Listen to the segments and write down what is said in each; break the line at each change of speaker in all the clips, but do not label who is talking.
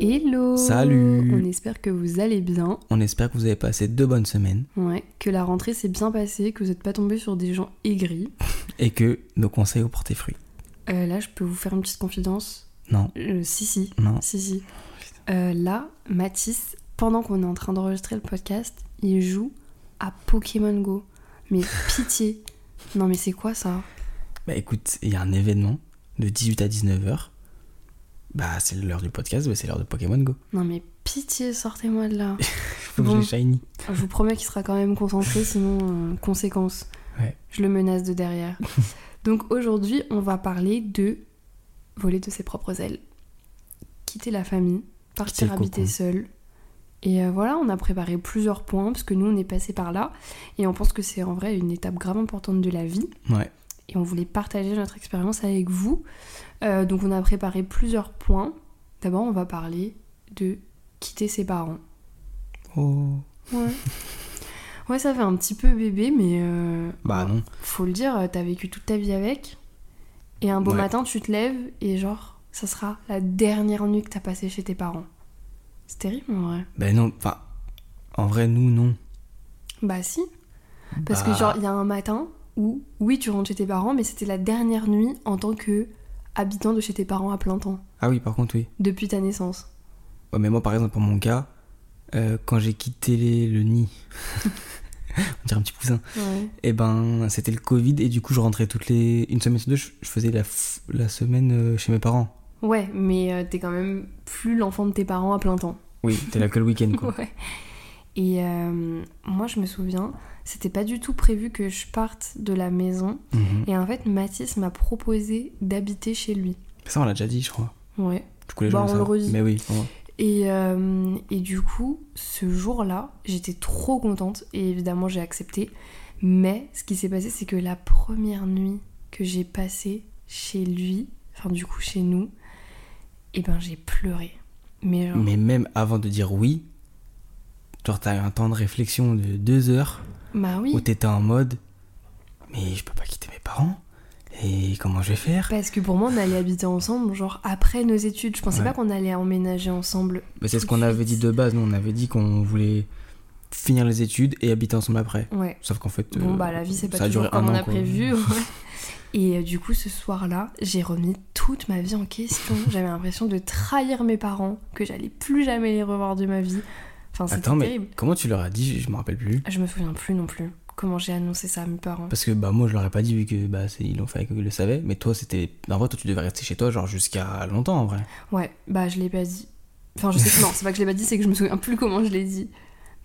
Hello
Salut.
On espère que vous allez bien,
On espère que vous avez passé deux bonnes semaines
ouais, que la rentrée s'est bien passée, que vous n'êtes pas tombé sur des gens aigris.
et que nos conseils ont porté fruit.
Euh, là, je peux vous faire une petite confidence.
Non,
Euh, si, si,
non.
si, si. Euh, là, Mathis, pendant qu'on est en train d'enregistrer le podcast, il joue à Pokémon Go. Mais pitié Non mais c'est quoi ça
Bah écoute, il y a un événement de 18 à 19h. Bah c'est l'heure du podcast, mais c'est l'heure de Pokémon Go.
Non mais pitié, sortez-moi de là
Faut que
Bon.
je les shiny.
Je vous promets qu'il sera quand même concentré, sinon, euh, conséquence.
Ouais.
Je le menace de derrière. Donc aujourd'hui, on va parler de voler de ses propres ailes, quitter la famille, partir
le
habiter
cocon.
seul. Et euh, voilà, on a préparé plusieurs points parce que nous, on est passé par là et on pense que c'est en vrai une étape grave importante de la vie.
Ouais.
Et on voulait partager notre expérience avec vous. Euh, donc on a préparé plusieurs points. D'abord, on va parler de quitter ses parents.
Oh.
Ouais. Ouais, ça fait un petit peu bébé, mais euh,
Bah non.
faut le dire, euh, t'as vécu toute ta vie avec. Et un beau
Ouais.
matin, tu te lèves et genre, ça sera la dernière nuit que t'as passée chez tes parents. C'est terrible en vrai.
Bah non, enfin. En vrai, nous, non.
Bah si. Parce
Bah.
que genre, il y a un matin où, oui, tu rentres chez tes parents, mais c'était la dernière nuit en tant que habitant de chez tes parents à plein temps,
Ah oui, par contre, oui.
depuis ta naissance.
Ouais, mais moi, par exemple, pour mon cas, euh, quand j'ai quitté les- le nid, on dirait un petit poussin,
Ouais.
et ben c'était le Covid, et du coup, je rentrais toutes les. Une semaine sur deux, je je faisais la, f- la semaine euh, chez mes parents.
Ouais, mais euh, t'es quand même plus l'enfant de tes parents à plein temps.
Oui, t'es là que le week-end, quoi.
Ouais. Et euh, moi, je me souviens, c'était pas du tout prévu que je parte de la maison.
Mhm.
Et en fait, Mathis m'a proposé d'habiter chez lui.
Ça, on l'a déjà dit, je crois.
Ouais.
Du coup, les
Bah,
gens
on
le savent.
le redit.
Mais oui, on-
Et, euh, et du coup, ce jour-là, j'étais trop contente et évidemment, j'ai accepté. Mais ce qui s'est passé, c'est que la première nuit que j'ai passée chez lui, enfin, du coup, chez nous, et ben, j'ai pleuré. Mais genre,
mais même avant de dire oui, genre, t'as eu un temps de réflexion de deux heures
bah oui.
où t'étais en mode, mais je peux pas quitter mes parents, et comment je vais faire
Parce que pour moi, on allait habiter ensemble, genre après nos études. Je pensais
Ouais.
pas qu'on allait emménager ensemble.
Bah, c'est
tout
ce
de
qu'on avait dit
suite.
de base, nous on avait dit qu'on voulait finir les études et habiter ensemble après.
Ouais.
Sauf qu'en fait,
Bon,
euh,
bah la vie, c'est pas
ça a
toujours
duré un
comme on
an,
a
quoi.
prévu. ouais. Et euh, du coup, ce soir-là, j'ai remis toute ma vie en question. J'avais l'impression de trahir mes parents, que j'allais plus jamais les revoir de ma vie. Enfin, c'était
Attends, mais
terrible.
comment tu leur as dit Je, je me rappelle plus.
Je me souviens plus non plus comment j'ai annoncé ça à mes parents.
Parce que bah moi je leur ai pas dit vu que bah c'est- ils l'ont fait avec eux, ils le savaient, mais toi c'était. En vrai, toi tu devais rester chez toi genre jusqu'à longtemps en vrai.
Ouais, bah je l'ai pas dit. Enfin, je sais que non, c'est pas que je l'ai pas dit, c'est que je me souviens plus comment je l'ai dit.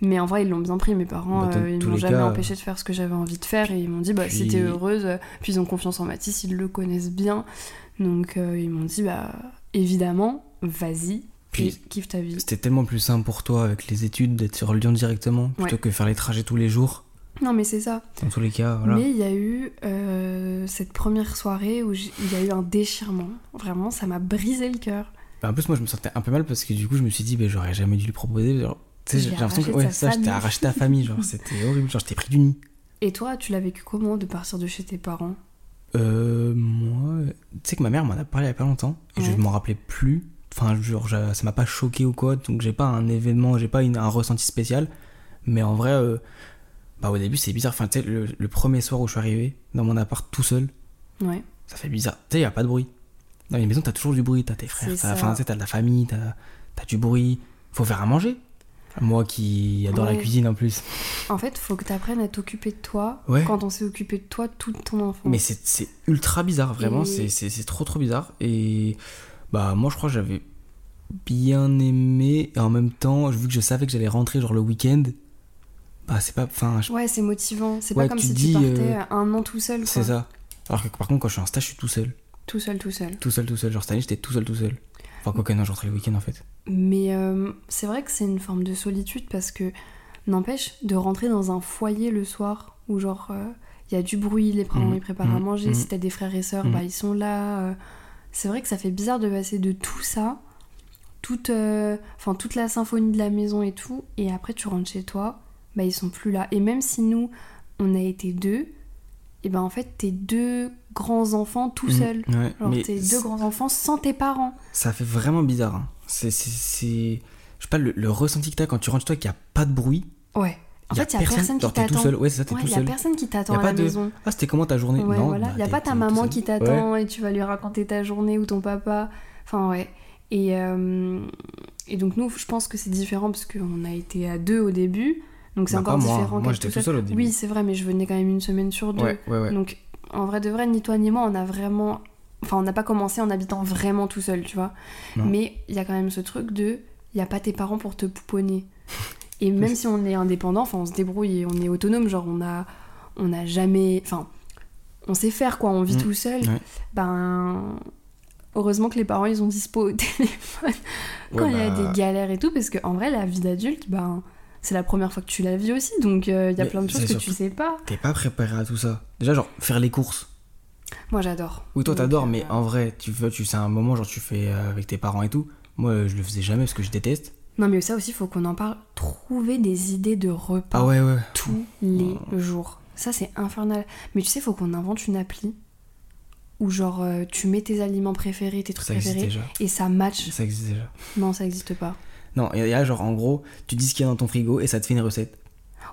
Mais en vrai, ils l'ont bien pris, mes parents,
Bah, dans
euh, ils
tous
m'ont
les
jamais
cas,
empêché de faire ce que j'avais envie de faire et ils m'ont dit, bah
puis-
si t'es heureuse, euh, puis ils ont confiance en Mathis, ils le connaissent bien. Donc euh, ils m'ont dit, bah évidemment, vas-y,
Puis-
et kiffe ta vie.
C'était tellement plus simple pour toi avec les études d'être sur Lyon directement plutôt
Ouais.
que faire les trajets tous les jours.
Non, mais c'est ça.
Dans tous les cas, voilà.
Mais il y a eu euh, cette première soirée où j'ai- il y a eu un déchirement. Vraiment, ça m'a brisé le cœur.
Bah, en plus moi je me sentais un peu mal parce que du coup je me suis dit bah, j'aurais jamais dû lui proposer. genre, tu
Je
sais,
l'ai
j'ai l'impression que
arraché
ouais,
de sa
ça, je t'ai
famille.
arraché ta famille, genre c'était horrible, genre je t'ai pris du nid.
Et toi, tu l'as vécu comment de partir de chez tes parents
Euh, moi, euh, tu sais que ma mère m'en a parlé il y a pas longtemps et je
Ouais.
m'en rappelais plus. Enfin, genre, j'a- ça m'a pas choqué ou quoi, donc j'ai pas un événement, j'ai pas une- un ressenti spécial. Mais en vrai, euh, bah au début c'est bizarre. Enfin, tu sais, le, le premier soir où je suis arrivé dans mon appart tout seul,
Ouais.
ça fait bizarre. Tu sais, y a pas de bruit. Dans les maisons, t'as toujours du bruit, t'as tes frères,
C'est
t'as
ça.
enfin, tu sais, t'as de la famille, t'as as du bruit. Faut faire à manger. Moi qui adore
Ouais.
la cuisine en plus.
En fait, faut que tu apprennes à t'occuper de toi
Ouais.
quand on s'est occupé de toi toute ton enfance.
Mais c'est c'est ultra bizarre, vraiment.
Et-
c'est- C'est c'est trop, trop bizarre. Et bah, moi, je crois que j'avais bien aimé. Et en même temps, vu que je savais que j'allais rentrer, genre le week-end, bah, c'est pas. Enfin, je-
Ouais, c'est motivant. C'est
Ouais,
pas comme
tu
si
dis,
tu partais
euh,
euh, un an tout seul. quoi.
c'est ça. Alors que par contre, quand je suis en stage, je suis tout seul.
Tout seul, tout seul.
Tout seul, tout seul. Genre cette année, j'étais tout seul, tout seul. Enfin, quoi que non, je rentrais le week-end en fait.
Mais euh, c'est vrai que c'est une forme de solitude parce que, n'empêche, de rentrer dans un foyer le soir où, genre, euh, il y a du bruit, les parents
Mhm,
ils préparent à
mhm,
manger.
mhm.
Si t'as des frères et sœurs,
Mhm.
bah ils sont là. euh. C'est vrai que ça fait bizarre de passer de tout ça, toute, euh, enfin, toute la symphonie de la maison et tout, et après tu rentres chez toi, bah ils sont plus là. Et même si nous, on a été deux, et ben en fait, t'es deux grands enfants tout
Mhm.
seul.
Ouais,
Genre,
mais
t'es
c-
deux grands enfants sans tes parents.
ça fait vraiment bizarre. hein. C'est. c'est- c'est- Je sais pas, le, le ressenti que t'as quand tu rentres chez toi et qu'il n'y a pas de bruit.
Ouais. En
y
fait, il n'y a personne qui
genre, t'es tout
t'attend.
seul. Ouais, c'est ça, t'es
Ouais,
tout
il n'y a
seul.
personne qui
Y
t'attend
a
à
pas
la
de-
maison.
Ah, c'était comment ta journée
Ouais,
Non,
voilà.
bah,
Il n'y a
t'es-
pas ta
t'es tout
maman
seul.
qui
Ouais.
t'attend et tu vas lui raconter ta journée ou ton papa. Enfin, ouais. Et, euh, et donc, nous, je pense que c'est différent parce qu'on a été à deux au début. Donc, c'est
Bah,
encore
pas moi.
différent.
Moi,
qu'être
j'étais tout seul au début.
Oui, c'est vrai, mais je venais quand même une semaine sur deux.
Ouais, ouais, ouais.
Donc, en vrai de vrai, ni toi ni moi, on a vraiment. Enfin, on n'a pas commencé en habitant vraiment tout seul, tu vois.
Non.
Mais il y a quand même ce truc de. Il n'y a pas tes parents pour te pouponner. Et même si on est indépendant, enfin, on se débrouille et on est autonome, genre, on a. On n'a jamais. Enfin, on sait faire quoi, on vit
Mm.
tout seul.
Ouais.
Ben. Heureusement que les parents, ils ont dispo au téléphone quand
Ouais,
il y a
bah,
des galères et tout, parce qu'en vrai, la vie d'adulte, ben. C'est la première fois que tu la vis aussi, donc euh, il y a
Mais
plein de choses
c'est
que tu
surtout-
sais pas.
T'es pas préparé à tout ça. Déjà, genre, faire les courses.
Moi, j'adore.
Oui, toi,
Donc,
t'adores,
euh,
mais en vrai, tu veux, tu sais, à un moment, genre, tu fais euh, avec tes parents et tout. Moi, euh, je le faisais jamais parce que je déteste.
Non mais ça aussi, faut qu'on en parle. Trouver des idées de repas
Ah ouais, ouais.
tous les jours. Ça c'est infernal. Mais tu sais, faut qu'on invente une appli où genre euh, tu mets tes aliments préférés, tes trucs
Ça existe
préférés,
déjà.
et ça match.
Ça existe déjà.
Non, ça existe pas.
Non, il y a genre, en gros, tu dis ce qu'il y a dans ton frigo et ça te fait une recette.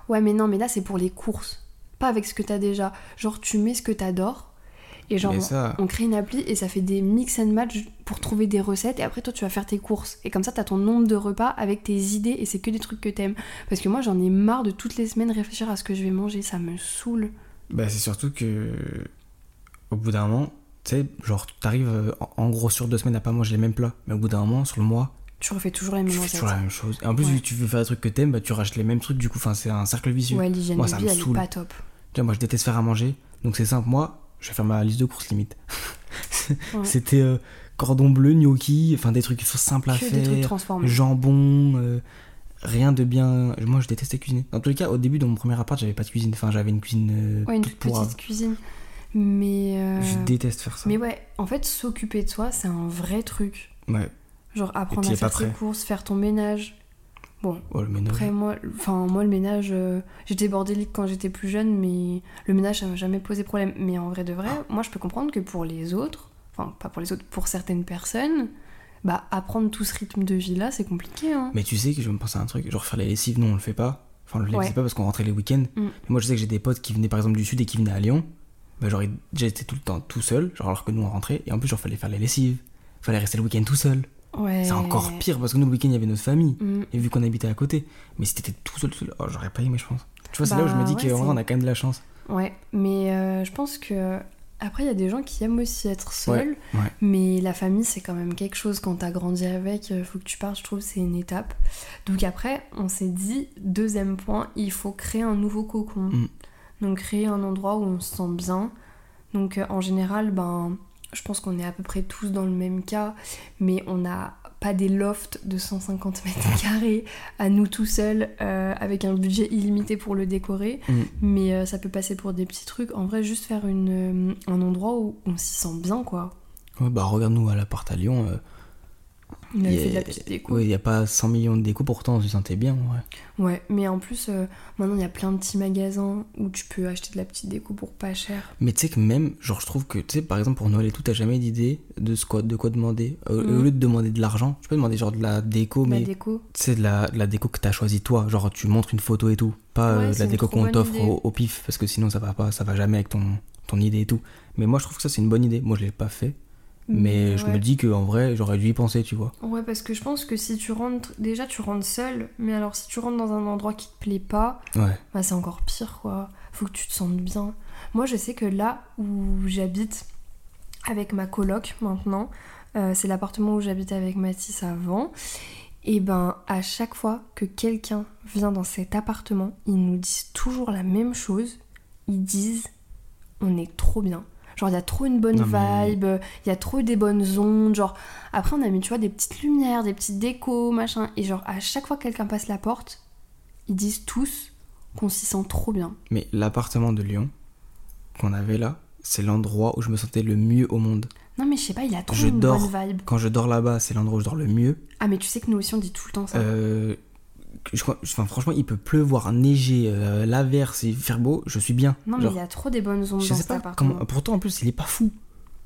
Ouais mais non, mais là c'est pour les courses. Pas avec ce que t'as déjà. Genre tu mets ce que t'adores, et genre
mais
on-
ça.
on crée une appli et ça fait des mix and match pour trouver des recettes et après toi tu vas faire tes courses et comme ça t'as ton nombre de repas avec tes idées et c'est que des trucs que t'aimes parce que moi j'en ai marre de toutes les semaines réfléchir à ce que je vais manger ça me saoule
Bah, c'est surtout que. Au bout d'un moment, tu sais, genre, t'arrives euh, en- en gros sur deux semaines à pas manger les mêmes plats. Mais au bout d'un moment, sur le mois,
tu refais toujours les mêmes
tu fais
recettes
toujours la même chose. Et en plus,
Ouais.
vu que tu veux faire des trucs que t'aimes, bah, tu rachètes les mêmes trucs. Du coup, enfin, c'est un cercle vicieux.
ouais l'hygiène
Moi,
de
ça
vie
me
elle est
saoule.
pas top
Tu vois, moi je déteste faire à manger, donc c'est simple, moi je vais faire ma liste de courses limite.
Ouais.
C'était euh, cordon bleu, gnocchi, enfin des trucs simples à
que des trucs
faire,
transformés
jambon, euh, rien de bien. Moi je détestais cuisiner. Dans tous les cas, au début dans mon premier appart, j'avais pas de cuisine, enfin j'avais une cuisine euh,
ouais une
toute
toute
pourrave.
petite cuisine mais euh,
Je déteste faire ça.
mais ouais en fait s'occuper de soi c'est un vrai truc
Ouais,
genre
t'y
apprendre à
es pas
faire ses
prêt.
courses faire ton ménage bon
oh le ménage.
Après, moi, enfin, moi, le ménage, euh, j'étais bordélique quand j'étais plus jeune, mais le ménage, ça m'a jamais posé problème. Mais en vrai de vrai,
Ah.
moi, je peux comprendre que pour les autres, enfin, pas pour les autres, pour certaines personnes, bah, apprendre tout ce rythme de vie-là, c'est compliqué, hein.
Mais tu sais que je me pensais à un truc, genre faire les lessives, non on le fait pas. Enfin on le
Ouais.
faisait pas parce qu'on rentrait les week-ends.
Mm.
Mais moi je sais que j'ai des potes qui venaient par exemple du sud et qui venaient à Lyon. Bah genre ils- j'étais tout le temps tout seul, genre alors que nous on rentrait et en plus genre fallait faire les lessives, fallait rester le week-end tout seul.
Ouais.
C'est encore pire parce que nous le week-end il y avait notre famille
Mm.
et vu qu'on habitait à côté. Mais si t'étais tout seul, tout seul, oh, j'aurais pas aimé je pense. Tu vois c'est là où je me
Bah,
dis
ouais,
qu'en vrai
c'est-
on a quand même de la chance.
Ouais, mais euh, je pense que. Après, il y a des gens qui aiment aussi être seuls,
ouais.
mais la famille, c'est quand même quelque chose. Quand t'as grandi avec, euh, faut que tu partes, je trouve, c'est une étape. Donc après, on s'est dit, deuxième point, il faut créer un nouveau cocon.
Mm.
Donc créer un endroit où on se sent bien. Donc euh, en général, ben, je pense qu'on est à peu près tous dans le même cas, mais on n'a pas des lofts de 150 mètres carrés à nous tout seuls, euh, avec un budget illimité pour le décorer mais euh, ça peut passer pour des petits trucs. En vrai, juste faire une, euh, un endroit où on s'y sent bien, quoi.
Ouais, bah regarde-nous à l'appart à Lyon. euh,
On avait
y a-
fait de la petite déco.
ouais, y a pas 100 millions de déco, pourtant on se sentait bien. Ouais.
Ouais, mais en plus, euh, maintenant, il y a plein de petits magasins où tu peux acheter de la petite déco pour pas cher.
Mais tu sais que même, genre je trouve que, tu sais par exemple pour Noël et tout, t'as jamais d'idée de, ce quoi- de quoi demander. Au,
Mm.
au lieu de demander de l'argent, tu peux demander genre de la déco,
De
Oh, mais
La déco.
c'est de la, de la déco que t'as choisi toi, genre tu montres une photo et tout, pas
Ouais,
euh, de
c'est
la
une
déco
trop
qu'on
bonne
t'offre
idée.
au, au pif, parce que sinon ça va pas, ça va jamais avec ton, ton idée et tout. Mais moi je trouve que ça c'est une bonne idée, moi je l'ai pas fait, mais je
Mm, ouais.
me dis que en vrai j'aurais dû y penser, tu vois.
Ouais, parce que je pense que si tu rentres. Déjà, tu rentres seul, mais alors si tu rentres dans un endroit qui te plaît pas,
Ouais,
Bah, c'est encore pire, quoi. Faut que tu te sentes bien. Moi, je sais que là où j'habite avec ma coloc maintenant, euh, c'est l'appartement où j'habitais avec Mathis avant. Et ben, à chaque fois que quelqu'un vient dans cet appartement, ils nous disent toujours la même chose. Ils disent on est trop bien. Genre, il y a trop une bonne
Non, mais-
vibe, il y a trop des bonnes ondes. Genre, après, on a mis, tu vois, des petites lumières, des petites décos, machin. Et genre, à chaque fois que quelqu'un passe la porte, ils disent tous qu'on s'y sent trop bien.
mais l'appartement de Lyon qu'on avait là, c'est l'endroit où je me sentais le mieux au monde.
Non, mais je sais pas, il a trop
Je
une
dors.
bonne vibe.
Quand je dors là-bas, c'est l'endroit où je dors le mieux.
Ah, mais tu sais que nous aussi, on dit tout le temps ça.
Euh, je crois- enfin, franchement, il peut pleuvoir, neiger, euh, l'averse et faire beau, je suis bien.
non, mais
Genre,
il y a trop des bonnes ondes
je
dans
sais
cet
pas
appartement.
comment- Pourtant, en plus, il est pas fou.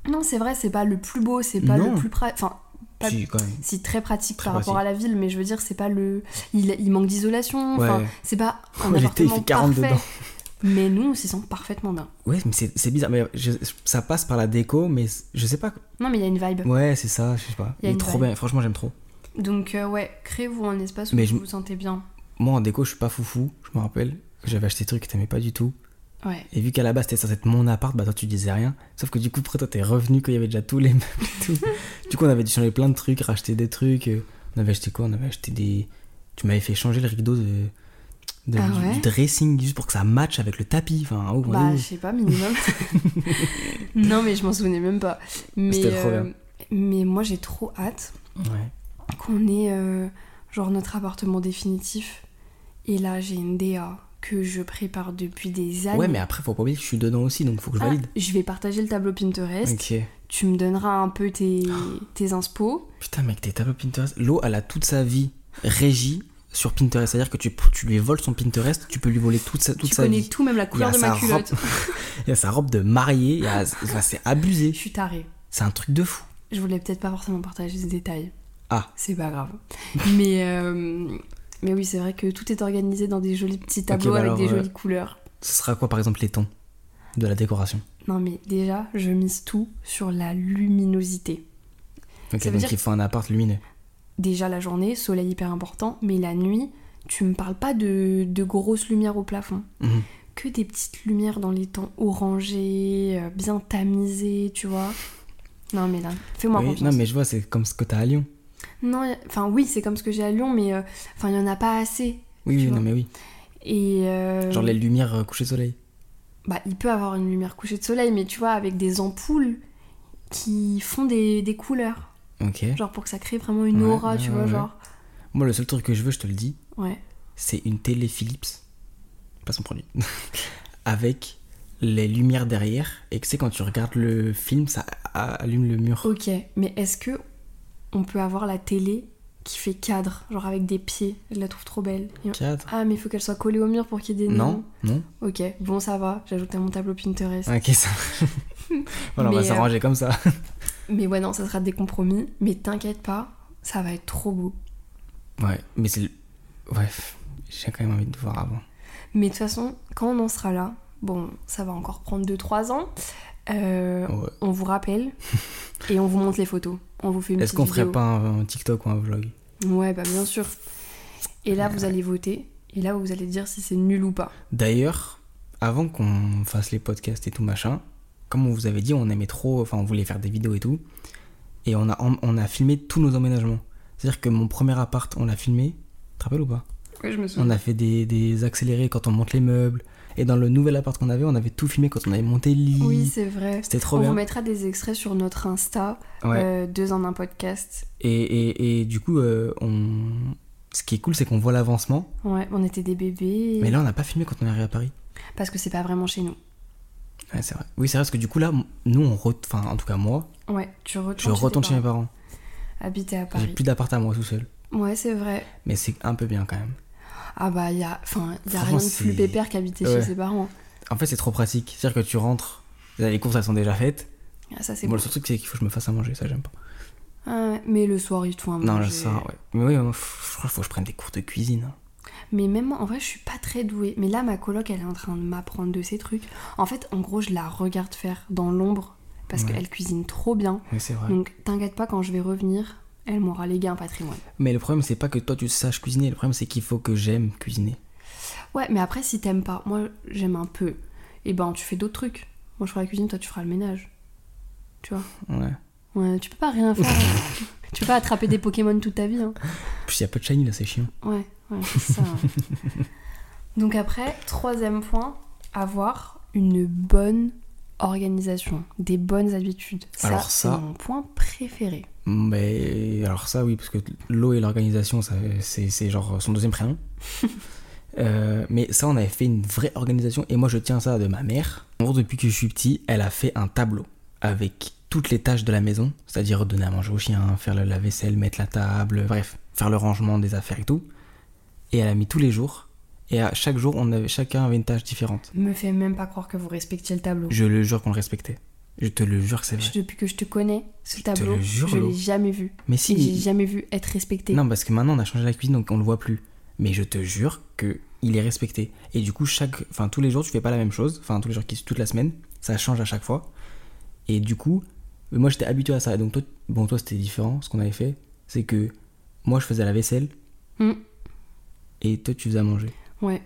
Non, c'est vrai, c'est pas le plus beau, c'est pas
Non.
le plus. pra- Enfin, Pas-
Si, quand même.
Si très pratique
Très
par rapport à la ville, mais je veux dire, c'est pas le. Il, il manque d'isolation, enfin,
Ouais.
c'est pas. Un
Ouais, l'été, il
appartement
fait 40
parfait.
dedans.
Mais nous, on s'y sent parfaitement bien.
Ouais, mais c'est c'est bizarre. Mais je- ça passe par la déco, mais je sais pas.
Non, mais il y a une vibe.
Ouais, c'est ça, je sais pas.
Il y a
Il est
une
trop
vibe.
bien. Franchement, j'aime trop.
Donc, euh, ouais, créez-vous un espace où
Mais je-
vous vous sentez bien.
Moi, en déco, je suis pas foufou. Je me rappelle que j'avais acheté des trucs que t'aimais pas du tout.
Ouais.
Et vu qu'à la base, c'était censé être mon appart, bah toi, tu disais rien. Sauf que du coup, après, toi, t'es revenu qu'il y avait déjà tous les meubles et tout. du coup, on avait dû changer plein de trucs, racheter des trucs. euh, On avait acheté quoi On avait acheté des. Tu m'avais fait changer le rideau de. de-
Ah
du-
ouais
du dressing juste pour que ça matche avec le tapis. Enfin, oh,
Bah,
rendez-vous.
je sais pas, minimum. non, mais je m'en souvenais même pas. Mais,
C'était trop
euh,
bien.
mais moi, j'ai trop hâte
Ouais.
qu'on ait euh, genre notre appartement définitif. Et là, j'ai une DA que je prépare depuis des années.
Ouais, mais après, faut pas oublier que je suis dedans aussi, donc faut que je
Ah,
valide.
je vais partager le tableau Pinterest.
Ok.
Tu me donneras un peu tes, tes inspos.
Putain, mec, t'es tapé Pinterest. L'eau, elle a toute sa vie régie sur Pinterest. C'est-à-dire que tu, tu lui voles son Pinterest, tu peux lui voler toute sa, toute
tu
sa
connais
vie.
tout, même la couleur
Il y a
de ma
sa
culotte.
Il y a sa robe de mariée, il y a- enfin, c'est abusé.
je suis tarée.
C'est un truc de fou.
Je voulais peut-être pas forcément partager ces détails.
Ah.
C'est pas grave. mais, euh, mais oui, c'est vrai que tout est organisé dans des jolis petits tableaux
bah
avec
alors,
des
euh,
jolies couleurs.
Ce sera quoi, par exemple, les tons de la décoration
Non mais déjà, je mise tout sur la luminosité.
Ok,
Ça veut
donc
dire-
il faut un appart lumineux.
Déjà la journée, soleil hyper important, mais la nuit, tu me parles pas de, de grosses lumières au plafond.
Mhm.
Que des petites lumières dans les temps orangés, euh, bien tamisées, tu vois. Non mais là, fais-moi
Oui,
confiance.
non, mais je vois, c'est comme ce que t'as à Lyon.
Non, y a- enfin oui, c'est comme ce que j'ai à Lyon, mais euh, enfin il y en a pas assez.
Oui,
Tu
oui,
vois.
non, mais oui.
Et euh,
Genre les lumières euh, coucher soleil.
bah, il peut avoir une lumière couchée de soleil, mais tu vois, avec des ampoules qui font des, des couleurs.
Ok.
Genre pour que ça crée vraiment une
Ouais,
aura,
ouais,
tu
ouais,
vois,
ouais.
genre.
Moi, le seul truc que je veux, je te le dis,
Ouais.
c'est une télé Philips. Pas son produit. Avec les lumières derrière. Et que c'est quand tu regardes le film, ça a- allume le mur.
Ok, mais est-ce que on peut avoir la télé qui fait cadre, genre avec des pieds Je la trouve trop belle. Et-
Cadre.
Ah, mais il faut qu'elle soit collée au mur pour qu'il y ait des
Non,
néons.
non.
Ok, bon, ça va, j'ajoute à mon tableau Pinterest.
Ok, ça. voilà, on
Mais,
va
euh,
s'arranger comme ça.
Mais ouais, non, ça sera des compromis. Mais t'inquiète pas, ça va être trop beau.
Ouais, mais c'est. le- Ouais, pff, j'ai quand même envie de voir avant.
Mais de toute façon, quand on en sera là, bon, ça va encore prendre 2-3 ans, euh,
Ouais.
on vous rappelle et on vous montre les photos. On vous fait une
Est-ce
petite
qu'on ferait
vidéo.
pas un, un TikTok ou un vlog
Ouais, bah bien sûr. Et là, vous allez voter et là, vous allez dire si c'est nul ou pas.
D'ailleurs, avant qu'on fasse les podcasts et tout machin, comme on vous avait dit, on aimait trop, enfin on voulait faire des vidéos et tout, et on a, on a filmé tous nos emménagements. C'est-à-dire que mon premier appart, on l'a filmé, tu te rappelles ou pas
Ouais, je me
On a fait des, des accélérés quand on monte les meubles, et dans le nouvel appart qu'on avait, on avait tout filmé quand on avait monté le lit.
Oui, c'est vrai.
C'était trop
On vous
bien.
mettra des extraits sur notre Insta,
Ouais.
euh, deux en un podcast.
Et, et, et du coup, euh, on... ce qui est cool, c'est qu'on voit l'avancement,
Ouais, on était des bébés.
mais là on n'a pas filmé quand on est arrivé à Paris.
Parce que c'est pas vraiment chez nous.
Ouais, c'est vrai. Oui, c'est vrai, parce que du coup là, nous, on re- enfin en tout cas moi,
Ouais, tu retournes.
je
chez tes
retourne chez mes
parents.
parents.
Habiter à
J'ai
Paris.
plus d'appart à moi tout seul.
Ouais, c'est vrai.
Mais c'est un peu bien quand même.
Ah bah, il y a, enfin, y a rien
Franchement,
de plus
c'est-
pépère qu'habiter
Ouais.
chez ses parents.
En fait, c'est trop pratique. C'est-à-dire que tu rentres, les courses elles sont déjà faites.
Ah, ça, c'est
Bon,
beau.
le seul truc, c'est qu'il faut que je me fasse à manger, ça j'aime pas.
Ah ouais, mais le soir, ils te font un
Non,
manger.
je ça, ouais. Mais oui, moi, f- je crois qu'il faut que je prenne des cours de cuisine. hein.
Mais même en vrai, je suis pas très douée. Mais là, ma coloc, elle est en train de m'apprendre de ces trucs. En fait, en gros, je la regarde faire dans l'ombre parce
Ouais.
qu'elle cuisine trop bien.
Oui, c'est vrai.
Donc, t'inquiète pas, quand je vais revenir, elle m'aura légué un patrimoine.
Mais le problème, c'est pas que toi tu saches cuisiner, le problème, c'est qu'il faut que j'aime cuisiner.
Ouais, mais après, si t'aimes pas, moi, j'aime un peu. Et ben, tu fais d'autres trucs. Moi, je ferai la cuisine, toi, tu feras le ménage. Tu vois
Ouais.
Ouais, tu peux pas rien faire. hein. tu peux pas attraper des Pokémon toute ta vie. hein.
Puis il y a pas de shiny là, c'est chiant.
Ouais, ouais, c'est ça. ouais. Donc après, troisième point, avoir une bonne organisation, des bonnes habitudes. Ça,
Alors ça-
c'est mon point préféré.
Mais alors, ça, oui, parce que l'eau et l'organisation, ça, c'est c'est genre son deuxième prénom. Euh, mais ça, on avait fait une vraie organisation et moi je tiens ça de ma mère. En gros, depuis que je suis petit, elle a fait un tableau avec toutes les tâches de la maison, c'est-à-dire donner à manger au chien, faire le- la vaisselle, mettre la table, bref, faire le rangement des affaires et tout. Et elle a mis tous les jours et à chaque jour, on avait, chacun avait une tâche différente.
Me fait même pas croire que vous respectiez le tableau.
Je le jure qu'on le respectait. Je te le jure que c'est vrai.
Je- Depuis que je te connais, ce
Je te
tableau,
le jure,
je
Lo.
l'ai jamais vu.
Mais
Et J'ai
si,
jamais vu être respecté.
Non, parce que maintenant on a changé la cuisine donc on le voit plus. Mais je te jure que il est respecté. Et du coup, chaque, enfin tous les jours, tu fais pas la même chose. Enfin tous les jours qui toute la semaine, ça change à chaque fois. Et du coup, moi j'étais habitué à ça. Et donc toi, bon toi c'était différent. Ce qu'on avait fait, c'est que moi je faisais la vaisselle
Mm.
et toi tu faisais à manger.
Ouais.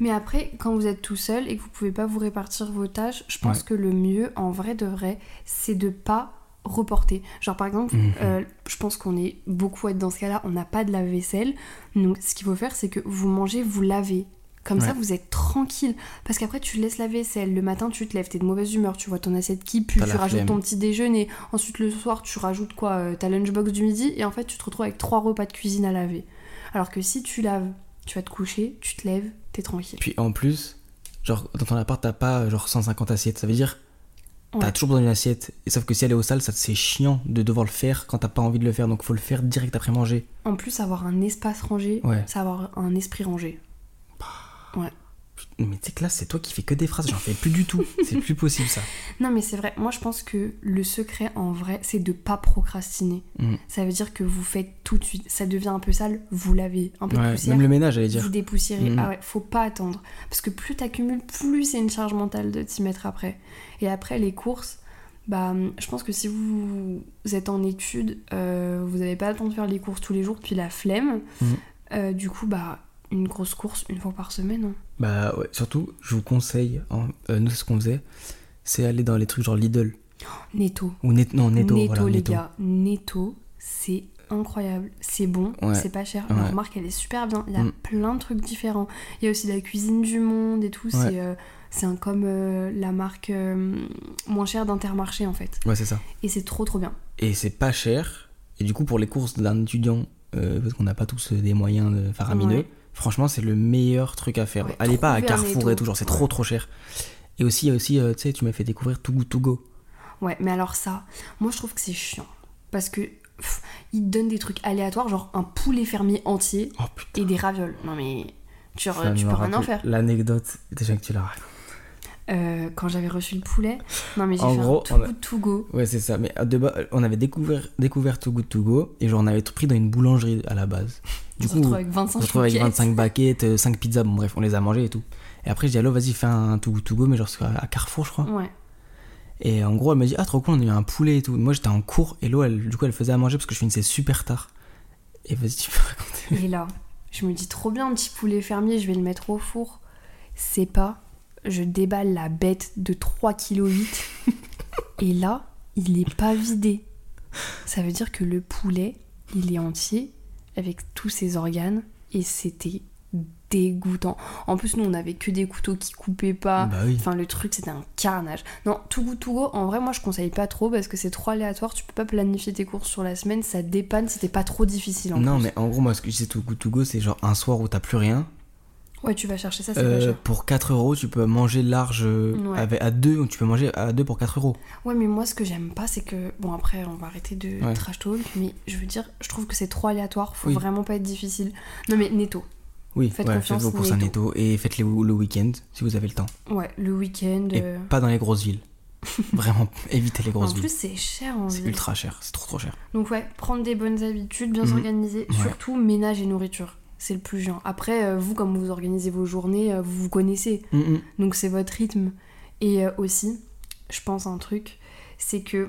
Mais après, quand vous êtes tout seul et que vous pouvez pas vous répartir vos tâches, je pense
Ouais.
que le mieux, en vrai de vrai, c'est de pas reporter. Genre par exemple,
Mhm.
euh, je pense qu'on est beaucoup à être dans ce cas-là, on n'a pas de lave-vaisselle. Donc ce qu'il faut faire, c'est que vous mangez, vous lavez. Comme ça,
Ouais.
vous êtes tranquille. Parce qu'après, tu laisses la vaisselle. Le matin, tu te lèves, t'es de mauvaise humeur, tu vois ton assiette qui pue,
T'as
tu
la
rajoutes
flemme.
ton petit déjeuner. Ensuite, le soir, tu rajoutes quoi euh, Ta lunchbox du midi. Et en fait, tu te retrouves avec trois repas de cuisine à laver. Alors que si tu laves, tu vas te coucher, tu te lèves, t'es tranquille.
Puis en plus, genre dans ton appart t'as pas euh, genre 150 assiettes. Ça veut dire
Ouais.
T'as toujours besoin d'une assiette, et sauf que si elle est au sale, ça c'est chiant de devoir le faire quand t'as pas envie de le faire, donc faut le faire direct après manger.
En plus, avoir un espace rangé,
Ouais.
c'est avoir un esprit rangé.
Mais tu sais que là, c'est toi qui fais que des phrases, j'en fais plus du tout. C'est plus possible ça.
Non, mais c'est vrai, moi je pense que le secret en vrai, c'est de pas procrastiner.
Mm.
Ça veut dire que vous faites tout de suite. Ça devient un peu sale, vous lavez. Un peu de
Ouais,
poussière,
même le ménage, j'allais
vous
dire.
dépoussiérez.
Mm.
Ah ouais, faut pas attendre. Parce que plus t'accumules, plus c'est une charge mentale de t'y mettre après. Et après, les courses, bah, je pense que si vous êtes en études, euh, vous n'avez pas le temps de faire les courses tous les jours, puis la flemme.
Mm.
Euh, du coup, bah, une grosse course une fois par semaine. hein.
Bah ouais, surtout, je vous conseille, hein, euh, nous, ce qu'on faisait, c'est aller dans les trucs genre Lidl
Netto.
ou Net- non, Netto.
Netto,
voilà,
les
Netto.
gars. Netto, c'est incroyable. C'est bon,
Ouais.
c'est pas cher.
Ouais.
La remarque, elle est super bien. Il y a
Mm.
plein de trucs différents. Il y a aussi la cuisine du monde et tout. C'est euh, c'est un comme euh, la marque euh, moins chère d'Intermarché, en fait.
Ouais, c'est ça.
Et c'est trop, trop bien.
Et c'est pas cher, et du coup, pour les courses d'un étudiant, euh, parce qu'on n'a pas tous euh, des moyens euh, faramineux,
Ouais.
franchement, c'est le meilleur truc à faire.
Ouais,
Allez pas à
trouver un
Carrefour
Netto.
et tout, genre c'est trop trop cher. Et aussi, il y a aussi, euh, tu sais, tu m'as fait découvrir Too Good To Go.
Ouais, mais alors ça, moi, je trouve que c'est chiant. Parce que pff, ils te donnent des trucs aléatoires, genre un poulet fermier entier
Oh putain.
et des ravioles. Non, mais tu, re-
ça
euh, tu
me
peux rien en
rappelle
faire.
L'anecdote, déjà que tu l'as raconté.
Euh, quand j'avais reçu le poulet, non, mais j'ai
En
fait
gros,
un tout
on a-
good to go.
Ouais, c'est ça. Mais euh, de bas, on avait découvert, découvert Too Good To Go et genre on avait tout pris dans une boulangerie à la base.
on
Du
se
coup,
retrouve avec
on
25
se retrouve avec
chouquettes.
25 baquettes, euh, 5 pizzas, bon bref, on les a mangées et tout. Et après, je dis, allô, vas-y, fais un Too Good To Go, mais genre c'est à à Carrefour, je crois.
Ouais.
Et en gros, elle m'a dit, ah, trop cool, on a eu un poulet et tout. Moi, j'étais en cours et l'eau, elle, du coup, elle faisait à manger parce que je finissais super tard. Et vas-y, tu peux raconter.
Et là, je me dis trop bien, un petit poulet fermier, je vais le mettre au four. C'est pas, je déballe la bête de 3,8 kg. et là, il est pas vidé. Ça veut dire que le poulet, il est entier, avec tous ses organes, et c'était dégoûtant. En plus, nous, on avait que des couteaux qui coupaient pas.
Bah oui.
Ah, Enfin, le truc, c'était un carnage. Non, tout goût, tout go, en vrai, moi, je conseille pas trop parce que c'est trop aléatoire. Tu peux pas planifier tes courses sur la semaine. Ça dépanne, c'était pas trop difficile en
Non,
plus.
mais en gros, moi, ce que je disais Too Good To Go, c'est genre un soir où t'as plus rien.
Ouais, tu vas chercher ça, Ah, c'est
Euh,
pas cher.
pour 4 euros, tu peux manger large euh,
Ouais.
avec, à deux, tu peux manger à deux pour 4 euros.
Ouais, mais moi, ce que j'aime pas, c'est que. Bon, après, on va arrêter de
Ouais.
trash talk, mais je veux dire, je trouve que c'est trop aléatoire. Faut
Oui.
vraiment pas être difficile. Non, mais netto.
Oui,
Faites
ouais,
confiance
faites vos courses à Netto et faites-les le week-end si vous avez le temps.
Ouais, le week-end.
Et
euh,
pas dans les grosses villes. Vraiment, évitez les grosses
En plus,
villes.
c'est cher en
C'est
ville.
ultra cher, c'est trop trop cher.
Donc, ouais, prendre des bonnes habitudes, bien
Mhm.
s'organiser,
Ouais.
surtout ménage et nourriture. C'est le plus gênant. Après, euh, vous, comme vous organisez vos journées, euh, vous vous connaissez.
Mm, mm.
Donc c'est votre rythme. Et euh, aussi, je pense à un truc, c'est que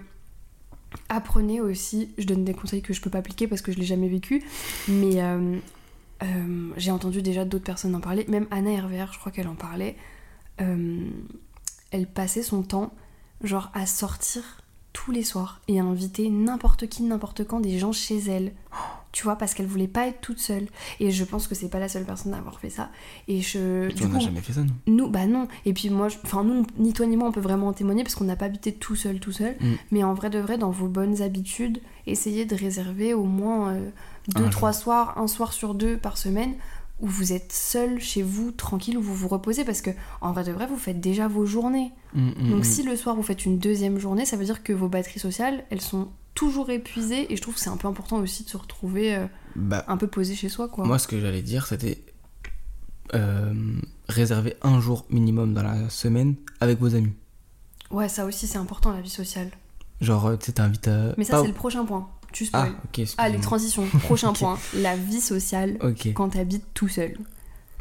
apprenez aussi, je donne des conseils que je peux pas appliquer parce que je l'ai jamais vécu, mais euh, euh, j'ai entendu déjà d'autres personnes en parler, même Anna Hervère, je crois qu'elle en parlait, euh, elle passait son temps genre à sortir tous les soirs et à inviter n'importe qui, n'importe quand des gens chez elle. Tu vois, parce qu'elle voulait pas être toute seule. Et je pense que c'est pas la seule personne à avoir fait ça. Et je.
Tu
du
on
coup,
n'a jamais fait ça, non
nous, bah non. Et puis moi, je- enfin nous, ni toi ni moi, on peut vraiment en témoigner parce qu'on n'a pas habité tout seul, tout seul.
Mm.
Mais en vrai de vrai, dans vos bonnes habitudes, essayez de réserver au moins euh, deux,
Un
trois soirs, un soir sur deux par semaine où vous êtes seul chez vous, tranquille, où vous vous reposez parce que en vrai de vrai, vous faites déjà vos journées.
Mm, mm,
Donc
mm.
si le soir vous faites une deuxième journée, ça veut dire que vos batteries sociales, elles sont toujours épuisées et je trouve que c'est un peu important aussi de se retrouver euh,
Bah,
un peu posé chez soi, quoi.
moi, ce que j'allais dire, c'était euh, réserver un jour minimum dans la semaine avec vos amis.
Ouais, ça aussi, c'est important la vie sociale.
Genre, euh, tu sais, t'invites à.
Mais ça,
pas-
c'est le prochain point. Tu
Ah,
spoil. Ah,
ok, excuse
les transitions. Prochain
Ok.
point. La vie sociale
Ok.
quand t'habites tout seul.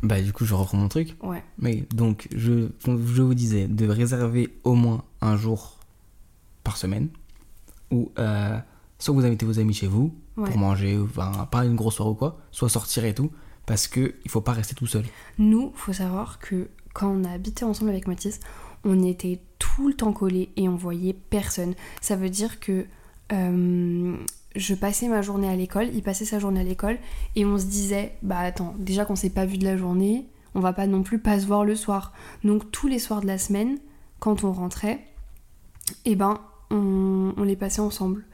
Bah, du coup, je reprends mon truc.
Ouais.
Mais donc, je, je vous disais de réserver au moins un jour par semaine où euh, soit vous invitez vos amis chez vous
Ouais.
pour manger, ou, enfin, pas une grosse soirée ou quoi, soit sortir et tout, parce que il faut pas rester tout seul.
Nous, faut savoir que quand on a habité ensemble avec Mathis, on était tout le temps collés et on voyait personne. Ça veut dire que euh, je passais ma journée à l'école, il passait sa journée à l'école et on se disait bah attends, déjà qu'on s'est pas vu de la journée, on va pas non plus pas se voir le soir. Donc tous les soirs de la semaine, quand on rentrait, eh ben on, on les passait ensemble.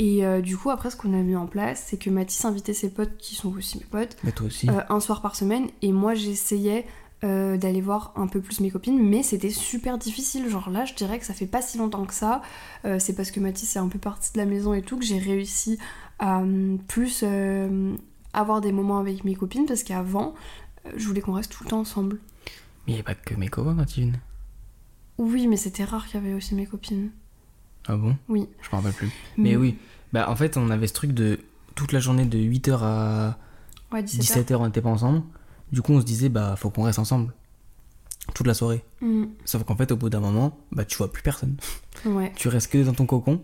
Et euh, du coup, après, ce qu'on a mis en place, c'est que Mathis invitait ses potes qui sont aussi mes potes
Mais toi aussi.
euh, un soir par semaine et moi j'essayais euh, d'aller voir un peu plus mes copines mais c'était super difficile genre là je dirais que ça fait pas si longtemps que ça Euh, c'est parce que Mathis est un peu partie de la maison et tout que j'ai réussi à euh, plus euh, avoir des moments avec mes copines parce qu'avant euh, je voulais qu'on reste tout le temps ensemble
Mais il n'y a pas que mes copains quand ils viennent.
oui mais c'était rare qu'il y avait aussi mes copines
Ah bon
oui Mm.
Je m'en rappelle plus. Mais oui, bah en fait, on avait ce truc de toute la journée de 8h à
ouais 17 heures.
17h, on n'était pas ensemble. Du coup, on se disait, bah, faut qu'on reste ensemble. Toute la soirée.
Mm,
Sauf qu'en fait, au bout d'un moment, bah, tu vois plus personne.
ouais
Tu restes que dans ton cocon.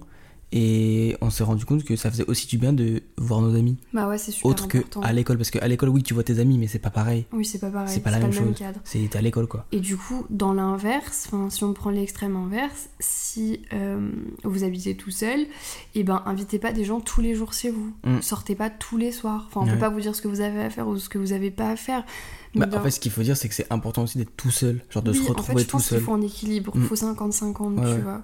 Et on s'est rendu compte que ça faisait aussi du bien de voir nos amis.
bah ouais c'est super
autre que
important
à l'école. Parce qu'à l'école, oui, tu vois tes amis, mais c'est pas pareil.
oui c'est pas pareil
c'est pas la même
le même
chose.
cadre
C'est t'es à l'école, quoi.
Et du coup, dans l'inverse, enfin, si on prend l'extrême inverse, si euh, vous habitez tout seul, et ben invitez pas des gens tous les jours chez vous.
Mm.
Sortez pas tous les soirs. Enfin, on peut
Ouais.
pas vous dire ce que vous avez à faire ou ce que vous avez pas à faire. Mais
Bah,
dans-
En fait, ce qu'il faut dire, c'est que c'est important aussi d'être tout seul. Genre de
oui,
se
en fait,
retrouver
je
tout
pense
seul.
qu'il faut en équilibre. Il
Mm.
faut 50-50,
Ouais,
tu
ouais.
vois.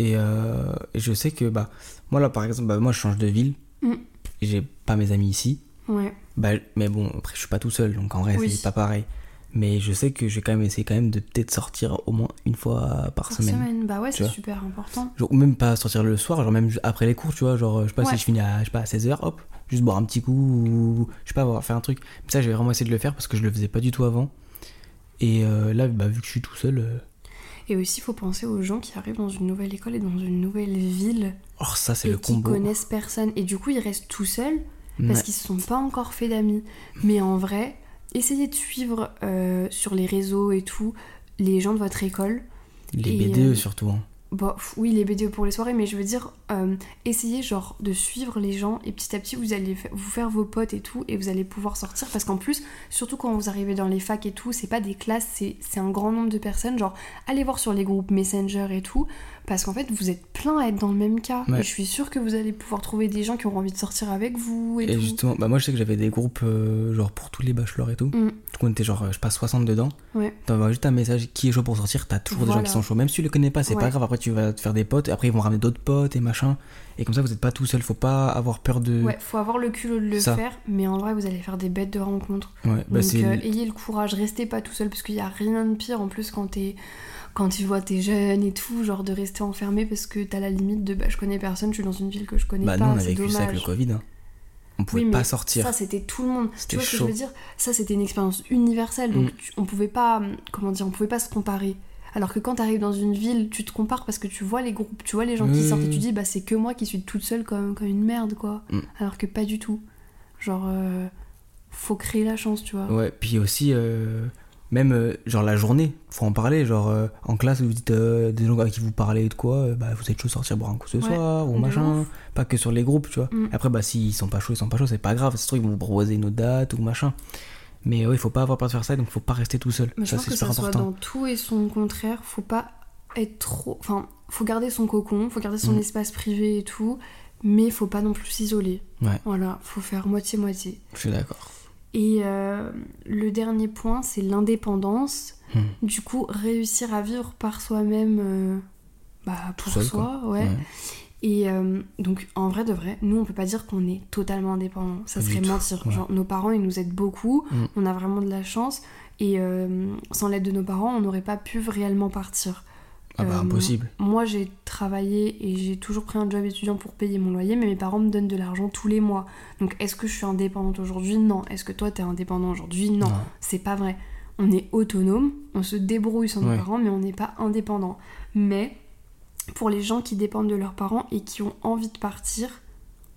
Et, euh, et je sais que, bah, moi, là, par exemple, bah, moi, je change de ville.
Mm.
J'ai pas mes amis ici.
Ouais.
Bah, mais bon, après, je suis pas tout seul, donc en vrai,
Oui.
c'est pas pareil. Mais je sais que j'ai quand même essayé quand même de peut-être sortir au moins une fois par,
Par
semaine.
semaine. Bah ouais,
Tu
c'est
vois.
super important.
Genre, ou même pas sortir le soir, genre même ju- après les cours, tu vois. Genre, je sais pas
Ouais.
si je finis à, je sais pas, à 16h, hop, juste boire un petit coup ou je sais pas, avoir- faire un truc. Mais ça, j'ai vraiment essayé de le faire parce que je le faisais pas du tout avant. Et euh, là, bah, vu que je suis tout seul, euh,
Et aussi, il faut penser aux gens qui arrivent dans une nouvelle école et dans une nouvelle ville
or ça, c'est
et
le
qui
combo.
connaissent personne. Et du coup, ils restent tout seuls. parce
Ouais.
qu'ils se sont pas encore fait d'amis. Mais en vrai, essayez de suivre euh, sur les réseaux et tout les gens de votre école.
Les
et,
BDE
euh,
surtout. hein.
Bon, pff, oui, les BDE pour les soirées, mais je veux dire, euh, essayez genre de suivre les gens et petit à petit vous allez fa- vous faire vos potes et tout et vous allez pouvoir sortir parce qu'en plus, surtout quand vous arrivez dans les facs et tout, c'est pas des classes, c'est c'est un grand nombre de personnes. Genre, allez voir sur les groupes Messenger et tout parce qu'en fait, vous êtes plein à être dans le même cas.
Ouais.
Et je suis sûre que vous allez pouvoir trouver des gens qui auront envie de sortir avec vous et,
Et,
tout.
justement, bah, moi, je sais que j'avais des groupes, euh, genre pour tous les bachelors et tout.
Mm.
Du coup, on était genre, euh, je passe 60 dedans.
Ouais.
T'envoies juste un message qui est chaud pour sortir, t'as toujours des gens
Voilà.
qui sont chauds. Même si tu les connais pas, c'est
Ouais.
pas grave. Après, tu vas te faire des potes. Après, ils vont ramener d'autres potes et machin. Et comme ça, vous êtes pas tout seul. Faut pas avoir peur de.
Ouais, faut avoir le culot de le
Ça.
faire, mais en vrai, vous allez faire des bêtes de rencontres.
Ouais, bah,
Donc,
c'est.
euh, ayez le courage, restez pas tout seul, parce qu'il y a rien de pire en plus quand t'es. Quand tu vois t'es jeune et tout, genre de rester enfermé parce que t'as la limite de bah je connais personne, je suis dans une ville que je connais
bah, nous,
pas,
on a
c'est
vécu ça avec le
dommage.
Covid. hein. On pouvait
Oui, mais
pas sortir.
Ça c'était tout le monde. Tu
C'était
vois ce que je
chaud.
veux dire Ça c'était une expérience universelle, donc
Mm.
tu- on pouvait pas, hum, comment dire, on pouvait pas se comparer. Alors que quand t'arrives dans une ville, tu te compares parce que tu vois les groupes, tu vois les gens qui
Oui,
sortent et
oui,
tu
oui.
dis bah c'est que moi qui suis toute seule comme, comme une merde quoi.
Mm.
Alors que pas du tout. Genre euh, faut créer la chance, tu vois.
Ouais, puis aussi, euh, même euh, genre la journée, faut en parler. Genre euh, en classe, vous dites euh, des gens à qui vous parlez de quoi, euh, bah vous êtes chaud de sortir boire un coup ce
Ouais,
soir
de
ou machin.
ouf.
Pas que sur les groupes, tu vois.
Mm.
Après, bah s'ils sont pas chauds, ils sont pas chauds, c'est pas grave. Ça se trouve, ils vont vous proposer une autre date ou machin. Mais oui, faut pas avoir peur de faire ça, donc faut pas rester tout seul.
Mais je
ça,
pense
c'est
que
super
ça soit
important.
dans tout et son contraire. Faut pas être trop. Enfin, faut garder son cocon, faut garder son
Mm.
espace privé et tout, mais faut pas non plus s'isoler.
Ouais.
Voilà, faut faire moitié-moitié.
Je suis d'accord.
Et euh, le dernier point, c'est l'indépendance.
Hmm.
Du coup, réussir à vivre par soi-même, euh, bah, pour
seul,
soi, ouais.
Ouais.
Et euh, donc, en vrai de vrai, nous, on peut pas dire qu'on est totalement indépendant. Ça
Pas du
serait
tout,
mentir.
ouais.
Genre, nos parents, ils nous aident beaucoup.
Mm.
On a vraiment de la chance. Et euh, sans l'aide de nos parents, on n'aurait pas pu réellement partir.
Ah bah
Euh,
impossible.
Moi, j'ai travaillé et j'ai toujours pris un job étudiant pour payer mon loyer, mais mes parents me donnent de l'argent tous les mois. Donc, est-ce que je suis indépendante aujourd'hui Non. Est-ce que toi, t'es indépendant aujourd'hui Non. C'est pas vrai. on est autonome, on se débrouille sans nos
Ouais.
parents, mais on n'est pas indépendant. Mais pour les gens qui dépendent de leurs parents et qui ont envie de partir,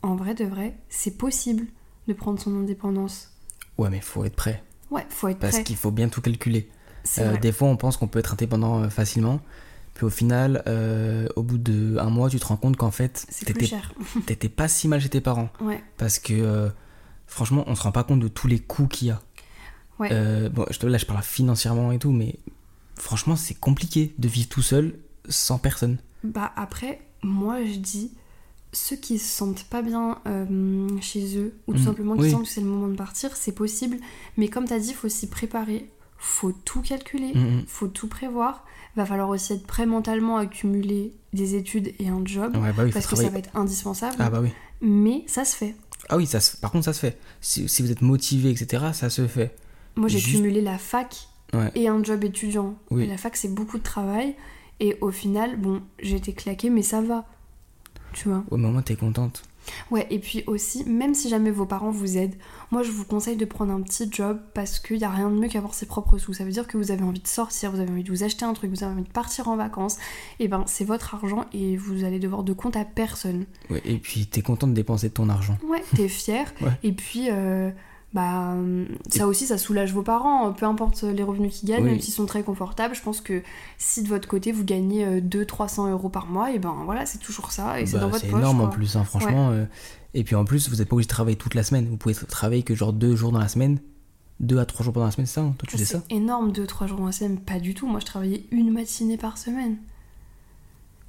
en vrai de vrai, c'est possible de prendre son indépendance.
Ouais, mais faut être prêt.
Ouais, faut être
Parce
prêt.
qu'il faut bien tout calculer.
C'est
Euh,
vrai.
des fois, on pense qu'on peut être indépendant euh, facilement. Puis au final, euh, au bout d'un mois, tu te rends compte qu'en fait,
C'est plus
t'étais-
cher.
t'étais pas si mal chez tes parents.
Ouais.
Parce que euh, franchement, on se rend pas compte de tous les coûts qu'il y a.
Ouais.
Euh, bon, je te, là, je parle financièrement et tout, mais franchement, c'est compliqué de vivre tout seul sans personne.
Bah après, moi je dis, ceux qui se sentent pas bien euh, chez eux, ou tout
Mm,
simplement qui
oui.
sentent que c'est le moment de partir, c'est possible. Mais comme t'as dit, faut s'y préparer, faut tout calculer,
Mm,
faut tout prévoir. Va falloir aussi être prêt mentalement à cumuler des études et un job,
mm. Ouais, bah oui, faut
parce que ça
travailler.
va être indispensable.
Ah bah oui.
Mais ça se fait.
Ah oui, ça se- par contre, ça se fait. Si, si vous êtes motivé, etc., ça se fait.
Moi j'ai
Juste-
cumulé la fac
Ouais.
et un job étudiant.
Oui.
La fac c'est beaucoup de travail, et au final, bon, j'ai été claquée, mais ça va. Tu vois
Au moment, t'es contente.
Ouais, et puis aussi, même si jamais vos parents vous aident, moi je vous conseille de prendre un petit job parce qu'il n'y a rien de mieux qu'avoir ses propres sous. Ça veut dire que vous avez envie de sortir, vous avez envie de vous acheter un truc, vous avez envie de partir en vacances. Et ben c'est votre argent et vous allez devoir de compte à personne.
Ouais, et puis, t'es content de dépenser ton argent.
Ouais, t'es fier.
Ouais.
Et puis, euh, bah, ça aussi, ça soulage vos parents. Peu importe les revenus qu'ils gagnent,
Oui.
même s'ils sont très confortables, je pense que si de votre côté vous gagnez euh, 200-300 euros par mois, et ben voilà, c'est toujours ça et c'est
Bah,
dans votre
c'est
poche.
énorme en
quoi.
plus, hein, franchement. euh, et puis en plus, vous n'êtes pas obligé de travailler toute la semaine. Vous pouvez travailler que genre deux jours dans la semaine, deux à trois jours pendant la semaine, c'est ça hein Toi, tu fais ça
Ah, C'est énorme, 2-3 jours en semaine, pas du tout. Moi, je travaillais une matinée par semaine.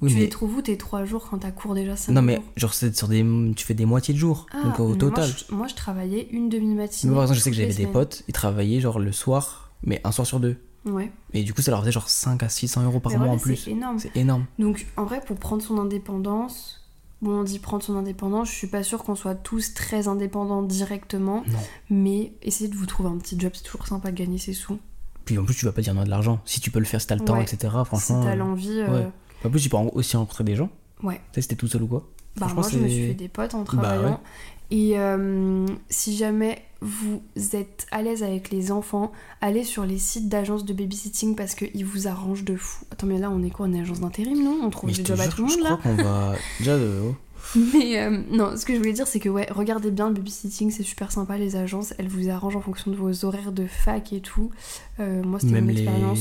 Oui,
tu les
mais.
trouves où tes 3 jours quand t'as cours déjà 5
Non, mais genre, c'est sur des... tu fais des moitiés de jours. donc au total.
Ah, Moi je, moi, je travaillais une demi-matinée.
Moi, par exemple, je sais que
toutes les
j'avais des
semaines.
potes, ils travaillaient genre le soir, mais un soir sur deux.
Ouais.
Et du coup, ça leur faisait genre 5 à 600 euros par
Mais
mois
voilà,
en plus.
C'est énorme.
C'est énorme.
Donc, en vrai, pour prendre son indépendance, bon, on dit prendre son indépendance, je suis pas sûre qu'on soit tous très indépendants directement,
Non.
mais essayez de vous trouver un petit job, c'est toujours sympa de gagner ses sous.
Puis en plus, tu vas pas dire non à de l'argent. Si tu peux le faire, si t'as le temps,
Ouais.
etc.
Si
Franchement.
t'as
euh,
l'envie, euh,
ouais. En plus, tu peux en- aussi rencontrer des gens.
Ouais.
Tu sais, si t'es tout seul ou quoi.
Bah,
Franchement,
moi, je me
c'est- Bah,
suis fait des potes en
ouais.
travaillant. Et euh, si jamais vous êtes à l'aise avec les enfants, allez sur les sites d'agences de babysitting parce qu'ils vous arrangent de fou. Attends, mais là, on est quoi On est agence d'intérim, non On trouve
Mais je
des
te
jobs à
jure,
tout le
je
monde,
crois
là
qu'on va. Déjà, euh, oh.
Mais euh, non, ce que je voulais dire, c'est que, ouais, regardez bien le babysitting, c'est super sympa, les agences, elles vous arrangent en fonction de vos horaires de fac et tout. Euh, moi, c'était
Même
mon
les-
expérience.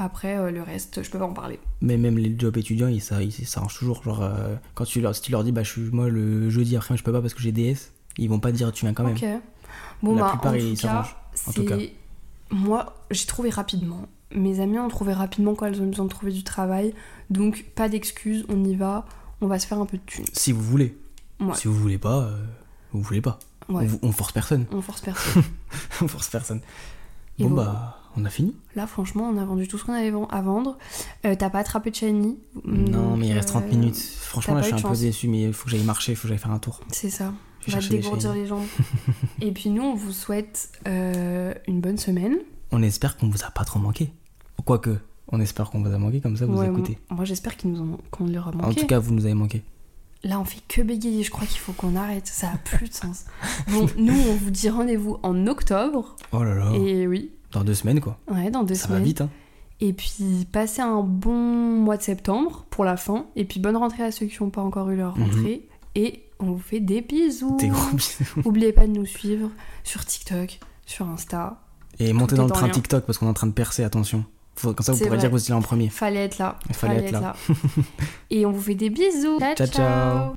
Après, euh, le reste, je peux pas en parler.
Mais même les jobs étudiants, ils ça- ils s'arrangent toujours. Genre, euh, quand tu leur, si tu leur dis, bah, je suis moi le jeudi après, je peux pas parce que j'ai DS, ils vont pas te dire, tu viens quand même.
Ok. Bon,
La
bah,
plupart,
en
ils
tout cas,
s'arrangent, en tout
c'est-
cas.
Moi, j'ai trouvé rapidement. Mes amis ont trouvé rapidement quand elles ont eu besoin de trouver du travail. Donc, pas d'excuses, on y va. On va se faire un peu de thunes.
Si vous voulez.
Ouais.
Si vous voulez pas, euh, vous voulez pas.
Ouais.
On, vous- on force personne.
On force personne.
on force personne.
Et
bon,
vous-
bah, on a fini.
Là, franchement, on a vendu tout ce qu'on avait ven- à vendre. Euh, T'as pas attrapé Chani.
non,
donc,
mais il reste 30
euh,
minutes. Franchement,
t'as
là,
pas
je
eu
suis
de
un peu
chance.
déçu, mais il faut que j'aille marcher, il faut que j'aille faire un tour.
C'est ça.
Je
On va
vais chercher des
dégourdir
chaînes.
les jambes. Et puis, nous, on vous souhaite euh, une bonne semaine.
On espère qu'on vous a pas trop manqué. Quoique, on espère qu'on vous a manqué, comme ça vous
Ouais,
écoutez.
Moi, j'espère qu'ils nous ont- qu'on leur a manqué.
En tout cas, vous nous avez manqué.
Là, on fait que bégayer, je crois qu'il faut qu'on arrête, ça a plus de sens. Bon, nous, on vous dit rendez-vous en octobre,
Oh là là.
et oui,
Dans deux semaines, quoi.
ouais, dans deux
ça
semaines.
va vite, hein.
Et puis, passez un bon mois de septembre pour la fin, et puis bonne rentrée à ceux qui n'ont pas encore eu leur
Mhm.
rentrée, et on vous fait des bisous.
Des gros bisous.
Oubliez pas de nous suivre sur TikTok, sur Insta.
Et montez
est
dans le
dans
train
rien.
TikTok parce qu'on est en train de percer, attention. Faut- comme ça, vous
C'est vrai.
pourrez dire que vous étiez là en premier.
Fallait être là.
Fallait être là.
et on vous fait des bisous.
Ciao, ciao.